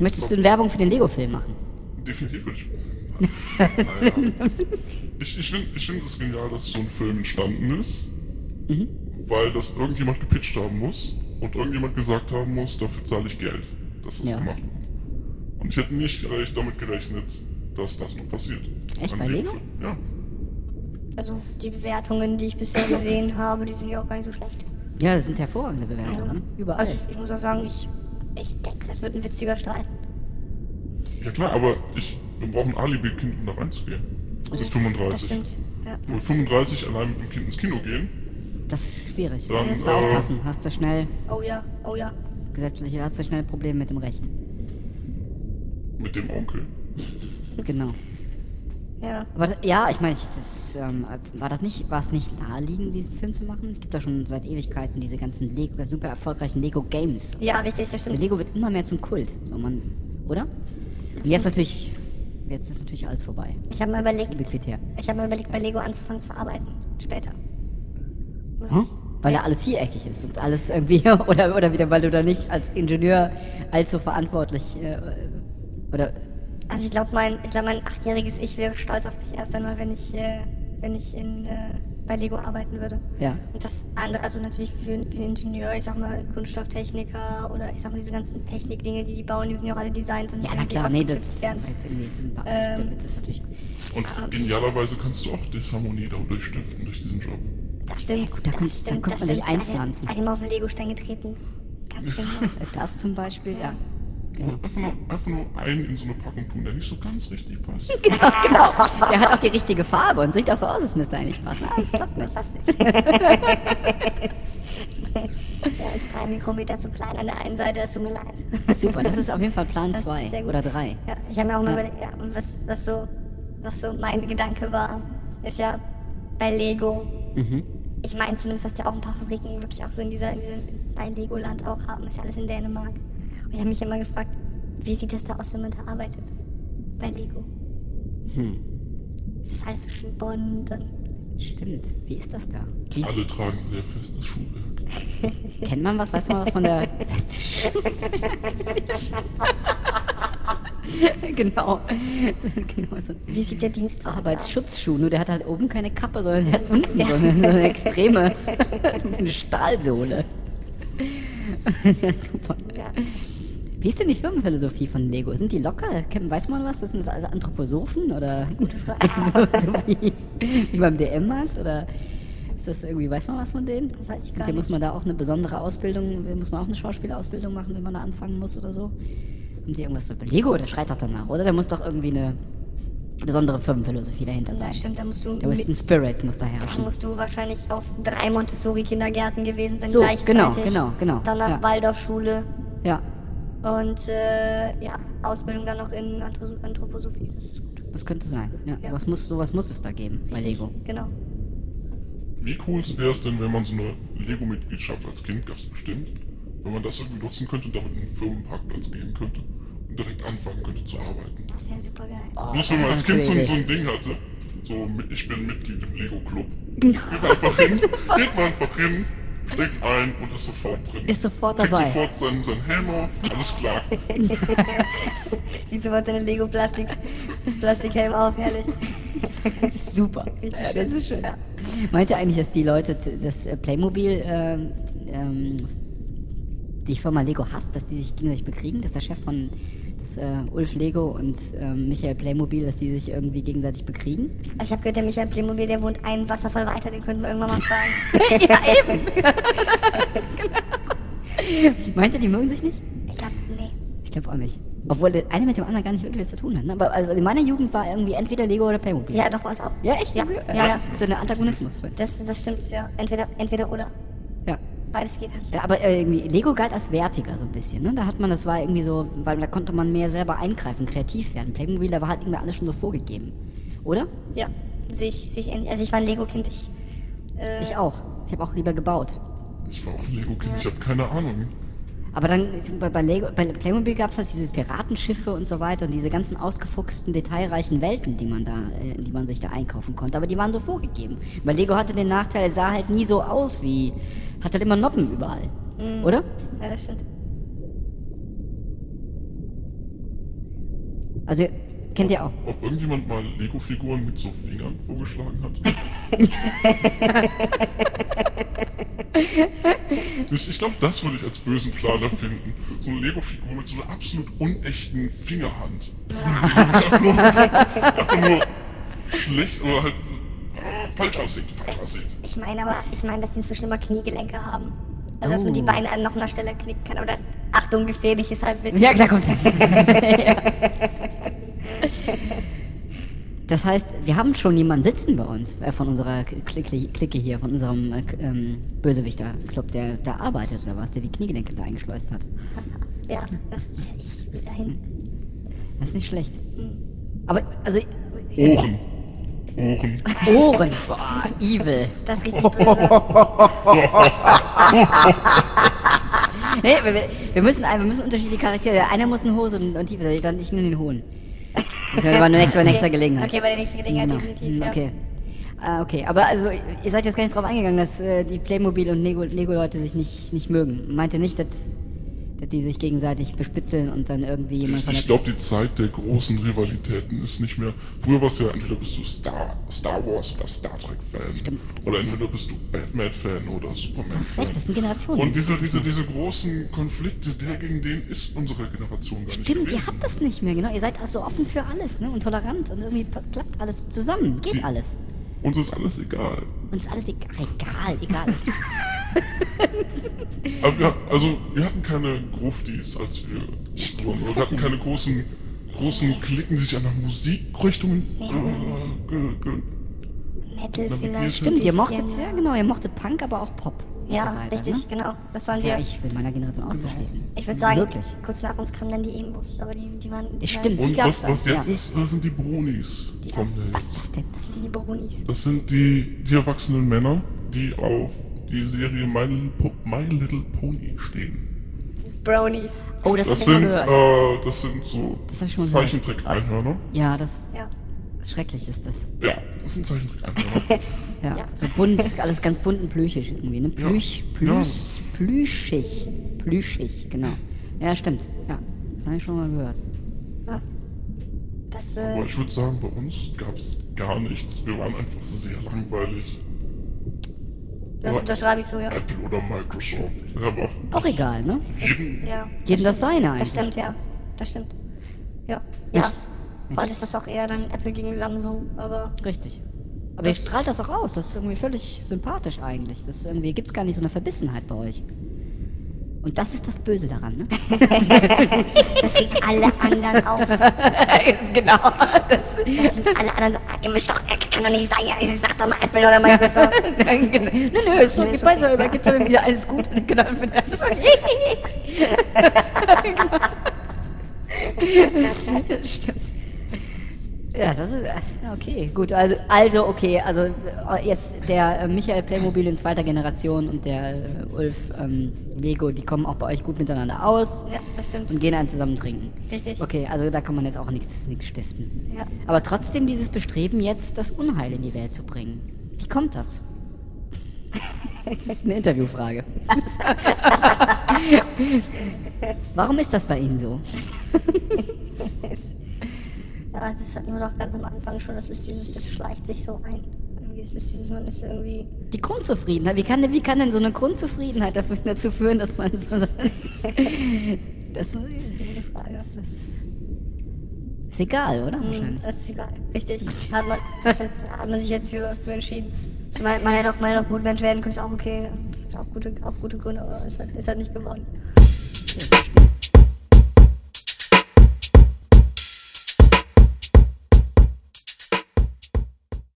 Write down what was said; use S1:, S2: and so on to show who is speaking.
S1: Möchtest du denn Werbung für den Lego-Film machen?
S2: Definitiv würde ich. naja. Ich, ich finde ich find es genial, dass so ein Film entstanden ist,
S1: Mhm.
S2: weil das irgendjemand gepitcht haben muss und irgendjemand gesagt haben muss, dafür zahle ich Geld, dass das
S1: Ja.
S2: gemacht wird. Und ich hätte nicht recht damit gerechnet, dass das noch passiert.
S1: Echt,
S2: Ein
S1: bei Lego?
S2: Film. Ja.
S3: Also die Bewertungen, die ich bisher gesehen habe, die sind ja auch gar nicht so schlecht.
S1: Ja, das sind hervorragende Bewertungen. ne? Überall.
S3: Also ich muss auch sagen, ich, ich denke, das wird ein witziger Streifen.
S2: Ja klar, aber ich, wir brauchen ein Alibi-Kind, um da reinzugehen. Mit
S3: Das
S2: 35.
S3: stimmt. Ja.
S2: Mit 35 allein mit dem Kind ins Kino gehen,
S1: das ist schwierig.
S2: Dann,
S1: musst du
S2: äh,
S1: aufpassen. Hast du schnell
S3: Oh ja, oh ja.
S1: gesetzlich, hast du schnell Probleme mit dem Recht.
S2: mit dem Onkel.
S1: Genau.
S3: Ja.
S1: Aber d- ja, ich meine, ich, das, ähm, war das nicht, war es nicht naheliegend, diesen Film zu machen? Es gibt da schon seit Ewigkeiten diese ganzen Lego, super erfolgreichen Lego Games.
S3: Ja, richtig, das
S1: Der
S3: stimmt.
S1: Also Lego wird immer mehr zum Kult, so man, oder? Und jetzt natürlich, jetzt ist natürlich alles vorbei.
S3: Ich habe mal überlegt,
S1: Ubiquitär.
S3: ich habe mal überlegt, bei Lego anzufangen zu arbeiten. Später. Das
S1: Hm?
S3: ist-
S1: Weil da alles viereckig ist und alles irgendwie, oder, oder wieder, weil du da nicht als Ingenieur allzu verantwortlich, äh, oder,
S3: Also ich glaube, mein, ich glaub, mein achtjähriges Ich wäre stolz auf mich erst einmal, wenn ich, äh, wenn ich in, äh, bei Lego arbeiten würde.
S1: ja.
S3: Und das andere, also natürlich für, für einen Ingenieur, ich sag mal Kunststofftechniker oder ich sag mal diese ganzen Technikdinge, die die bauen, die müssen ja auch alle designt und
S1: Ja, na
S3: irgendwie
S1: klar, nee, das
S3: ausgetüftelt
S1: ist
S3: werden.
S1: jetzt irgendwie ein Witz,
S3: Ähm,
S1: der Witz ist natürlich
S2: Und genialerweise kannst du auch Disharmonie dadurch stiften, durch diesen Job.
S3: Das stimmt,
S1: gut, da
S3: das
S1: kommt- da
S3: stimmt,
S1: kommt
S3: das
S1: man
S3: stimmt.
S1: sich einpflanzen.
S3: Seid ihr mal auf den Lego-Stein getreten? Ganz genau.
S1: Äh, Das zum Beispiel, ja. Genau.
S2: Einfach nur, einfach nur einen in so eine Packung tun, der nicht so ganz richtig passt.
S1: Der hat auch die richtige Farbe und sieht auch so aus, es müsste eigentlich passen. Ah, das klappt nicht.
S3: Passt nicht. ja, ist drei Mikrometer zu klein an der einen Seite, das tut mir leid.
S1: Super, das ist auf jeden Fall Plan
S3: Das ist
S1: 2
S3: sehr gut.
S1: oder 3.
S3: Ja, ich habe mir auch mal
S1: Ja.
S3: überlegt, ja, und was, was, so, was so mein Gedanke war, ist ja bei Lego.
S1: Mhm.
S3: Ich meine zumindest, dass die auch ein paar Fabriken wirklich auch so in dieser, in dieser bei Legoland auch haben. Ist ja alles in Dänemark. Und ich habe mich immer gefragt, wie sieht das da aus, wenn man da arbeitet? Bei Lego.
S1: Hm.
S3: Ist das alles so schön bunt und
S1: Stimmt. Wie ist das da? Wie,
S2: Alle tragen sehr festes Schuhwerk.
S1: kennt man was? Weiß man was von der. genau. So- genau so.
S3: wie sieht der Dienst aus?
S1: Arbeitsschutzschuh, nur der hat halt oben keine Kappe, sondern der hat unten so eine, so eine extreme eine Stahlsohle. ja, super.
S3: Ja.
S1: Wie ist denn die Firmenphilosophie von Lego? Sind die locker? Kennt- Weiß man was? Das sind das also Anthroposophen oder so, so wie, wie beim DM-Markt? Oder ist das irgendwie, weiß man was von denen?
S3: Weiß ich
S1: Sind
S3: gar
S1: die- Muss
S3: nicht.
S1: man da auch eine besondere Ausbildung, muss man auch eine Schauspielausbildung machen, wenn man da anfangen muss oder so? Haben die irgendwas so Lego, der schreit doch danach, oder? Da muss doch irgendwie eine besondere Firmenphilosophie dahinter sein.
S3: Ja, also stimmt, da musst du,
S1: Da muss ein Spirit muss da herrschen.
S3: musst du wahrscheinlich auf drei Montessori-Kindergärten gewesen sein
S1: So, genau,
S3: gleichzeitig.
S1: genau, genau,
S3: Danach
S1: ja.
S3: Waldorfschule.
S1: Ja,
S3: Und äh, ja, Ausbildung dann noch in Anthro Anthroposophie. Das ist gut.
S1: das könnte sein. Ja,
S3: Ja.
S1: Was muss, sowas muss es da geben bei
S3: Richtig,
S1: Lego.
S3: Genau.
S2: Wie cool wäre es denn, wenn man so eine Lego-Mitgliedschaft als Kind gab's bestimmt, wenn man das irgendwie nutzen könnte und damit in einen Firmenparkplatz gehen könnte und direkt anfangen könnte zu arbeiten.
S3: Das wäre super geil.
S1: Ah,
S2: Bloß wenn man als Kind so,
S1: Idee.
S2: so ein Ding hatte, so mit- ich bin Mitglied im Lego-Club. Geht man einfach hin, geht man einfach hin, steckt ein und ist sofort drin.
S1: Ist sofort
S2: Kriegt
S1: dabei.
S2: sofort seinen, seinen Helm auf, alles klar.
S3: Wie sofort deine Lego-Plastik Plastikhelm auf, herrlich.
S1: Super.
S3: Richtig
S1: Ja, das
S3: schön.
S1: ist schön.
S3: Ja.
S1: Meint ihr eigentlich, dass die Leute t- das äh, Playmobil, ähm, ähm, die Firma Lego hasst, dass die sich gegenseitig bekriegen? Dass der Chef von dass, äh, Ulf Lego und ähm, Michael Playmobil, dass die sich irgendwie gegenseitig bekriegen?
S3: Also Ich habe gehört, der Michael Playmobil, der wohnt einen Wasserfall weiter, den könnten wir irgendwann mal fragen.
S1: Meint ihr, die mögen sich nicht?
S3: Ich glaube, nee.
S1: Ich glaube auch nicht. Obwohl der eine mit dem anderen gar nicht wirklich was zu tun hat. Ne? Aber also in meiner Jugend war irgendwie entweder Lego oder Playmobil.
S3: Ja, doch, bei uns auch.
S1: Ja, echt? Ja, ja.
S3: ja, ja.
S1: So ein Antagonismus. Halt.
S3: Das, das stimmt, ja. Entweder, entweder oder.
S1: Ja.
S3: Beides geht nicht.
S1: Ja, Aber äh, irgendwie Lego galt als wertiger so ein bisschen. Ne? Da hat man, das war irgendwie so, weil da konnte man mehr selber eingreifen, kreativ werden. Playmobil, da war halt irgendwie alles schon so vorgegeben. Oder?
S3: Ja, sehe ich, sehe ich ähnlich. Also ich war ein Lego-Kind, ich... Äh,
S1: Ich auch. Ich habe auch lieber gebaut.
S2: Ich war auch ein Lego-Kind, ich habe keine Ahnung.
S1: Aber dann bei, bei, Lego, bei Playmobil gab es halt diese Piratenschiffe und so weiter und diese ganzen ausgefuchsten, detailreichen Welten, die man da, äh, die man sich da einkaufen konnte. Aber die waren so vorgegeben. Bei Lego hatte den Nachteil, er sah halt nie so aus wie, hat halt immer Noppen überall. Oder?
S3: Ja, das stimmt.
S1: Also, kennt ihr auch.
S2: Ob irgendjemand mal Lego-Figuren mit so Fingern vorgeschlagen hat? ich ich glaube, das würde ich als bösen Planer finden. So eine Lego-Figur mit so einer absolut unechten Fingerhand. einfach, nur, einfach nur schlecht oder halt falsch aussieht. Falsch aussieht.
S3: Ich meine aber, ich meine, dass die inzwischen immer Kniegelenke haben. Also, dass man die
S1: Oh.
S3: Beine an noch einer Stelle knicken kann. Oder, Achtung, gefährliches Halbwissen.
S1: Ja, klar kommt er. ja. Das heißt, wir haben schon jemanden sitzen bei uns, äh, von unserer Clique, Clique hier, von unserem äh, K- ähm, Bösewichter-Club, der da arbeitet oder was, der die Kniegelenke da eingeschleust hat.
S3: Ja, das, ich will dahin.
S1: Das ist nicht schlecht. Aber, also,
S2: Ohren. Ohren.
S1: Ohren. Boah, evil.
S3: Das ist richtig böse.
S1: Nee, wir, wir- wir müssen ein- wir müssen unterschiedliche Charaktere. Einer muss eine Hose und, und die, dann ich nur den hohen. Das wäre aber nur nächste, bei nächster Gelegenheit.
S3: Okay, bei der nächsten Gelegenheit
S1: Genau.
S3: definitiv,
S1: Hm,
S3: ja.
S1: Okay. Ah, okay, aber also ihr seid jetzt gar nicht drauf eingegangen, dass äh, die Playmobil und Lego- Lego-Leute sich nicht, nicht mögen. Meint ihr nicht, dass, dass die sich gegenseitig bespitzeln und dann irgendwie jemand
S2: Ich,
S1: von
S2: ich
S1: der...
S2: glaube, die Zeit der großen Rivalitäten ist nicht mehr. Früher warst du ja entweder bist du Star, Star Wars oder Star Trek Fan.
S1: Stimmt, das gibt's
S2: oder entweder bist du Batman Fan oder Superman Fan.
S1: recht, das sind Generationen.
S2: Und diese, diese, diese großen Konflikte, der gegen den ist unsere Generation gar nicht.
S1: Stimmt, ihr
S2: gewesen.
S1: habt das nicht mehr, genau. Ihr seid also offen für alles, ne? Und tolerant und irgendwie passt- klappt alles zusammen. Geht
S2: Die-
S1: alles.
S2: Uns ist alles egal.
S1: Uns ist alles egal, egal, egal.
S2: Aber wir, also, wir hatten keine Gruftis, als wir. waren. wir hatten keine großen, großen Klicken, die sich an der Musikrichtung äh, ge- ge-
S3: Metal
S2: Na, mit mir
S3: vielleicht.
S1: Stimmt, ihr
S3: ein
S1: mochtet,
S3: bisschen.
S1: ja genau, ihr mochtet Punk, aber auch Pop. und
S3: Ja,
S1: so weiter,
S3: richtig,
S1: ne?
S3: genau. Das waren
S1: Ist ja,
S3: wir.
S1: ich bin meiner Generation auszuschließen.
S3: Ich würde sagen,
S1: Wirklich.
S3: kurz nach uns kamen dann die Emos, aber die, die waren. Die
S1: Stimmt.
S3: Waren,
S2: Und
S1: gab's
S2: was, was
S1: dann,
S2: jetzt
S1: ja.
S2: ist, äh, sind die Bronis. von der
S1: Was
S2: jetzt.
S1: ist das denn?
S3: das sind die Baronis.
S2: Das sind die, die erwachsenen Männer, die auf die Serie My Little, po My Little Pony stehen.
S3: Bronies.
S1: Oh, das, hab
S2: Das
S1: ich mal
S2: sind,
S1: gehört.
S2: äh, das sind so
S1: Das hab ich schon mal gehört.
S2: Zeichentrick-Einhörner.
S1: ja, das
S3: Ja.
S1: schrecklich ist das.
S2: Ja, das sind Zeichentrick-Einhörner.
S1: Ja,
S3: Ja.
S1: so bunt, alles ganz bunt und plüschig irgendwie, ne? Plüsch,
S2: Ja.
S1: plüsch, plüschig, plüschig, genau. Ja, stimmt, ja. Habe ich schon mal gehört.
S3: ja. Das,
S2: Aber
S3: äh,
S2: ich würde sagen, bei uns gab es gar nichts. Wir waren einfach sehr langweilig.
S3: das unterschreibe ich so, ja.
S2: Apple oder Microsoft. Ich habe auch
S1: Auch egal, ne?
S3: Das, ja.
S1: Jedem das seine
S3: Das
S1: eigentlich.
S3: stimmt, ja. Das stimmt. Ja. Ja.
S1: Mensch.
S3: Heute ist das auch eher dann Apple gegen Samsung, aber.
S1: Richtig. Aber ihr strahlt das auch aus, das ist irgendwie völlig sympathisch eigentlich. Das ist irgendwie gibt's gar nicht so eine Verbissenheit bei euch. Und das ist das Böse daran, ne?
S3: Das sind alle anderen auf. Das
S1: genau. Das,
S3: sind alle anderen so, ah, ihr müsst doch, äh, kann doch nicht sein, ja, ich sag doch mal Apple oder Microsoft.
S1: Nein, genau. Nö, nö, ist doch besser, da gibt dann wieder alles gut und genau für den Stimmt. Ja, das ist äh, okay, gut. Also, also okay, also äh, jetzt der äh, Michael Playmobil in zweiter Generation und der äh, Ulf ähm, Lego, die kommen auch bei euch gut miteinander aus
S3: Ja, das
S1: und
S3: stimmt.
S1: gehen einen zusammen trinken.
S3: Richtig.
S1: Okay, also da kann man jetzt auch nichts nichts stiften.
S3: Ja.
S1: Aber trotzdem dieses Bestreben jetzt, das Unheil in die Welt zu bringen. Wie kommt das? das ist eine Interviewfrage. Warum ist das bei Ihnen so?
S3: Ja, das hat nur noch ganz am Anfang schon, das ist dieses, das schleicht sich so ein. Irgendwie ist es dieses, man ist irgendwie.
S1: Die Grundzufriedenheit. Wie kann, denn- wie kann denn so eine Grundzufriedenheit dafür, dazu führen, dass man so... das
S3: Gute Frage.
S1: ist egal, oder?
S3: Hm,
S1: Wahrscheinlich.
S3: das ist egal. Richtig. Hat man, das jetzt, hat man sich jetzt für, für entschieden. Ich meine, man hätte auch, man hätte auch gut Mensch werden können, ist auch okay. Auch gute, auch gute Gründe, aber es hat, es hat nicht gewonnen.
S1: Okay.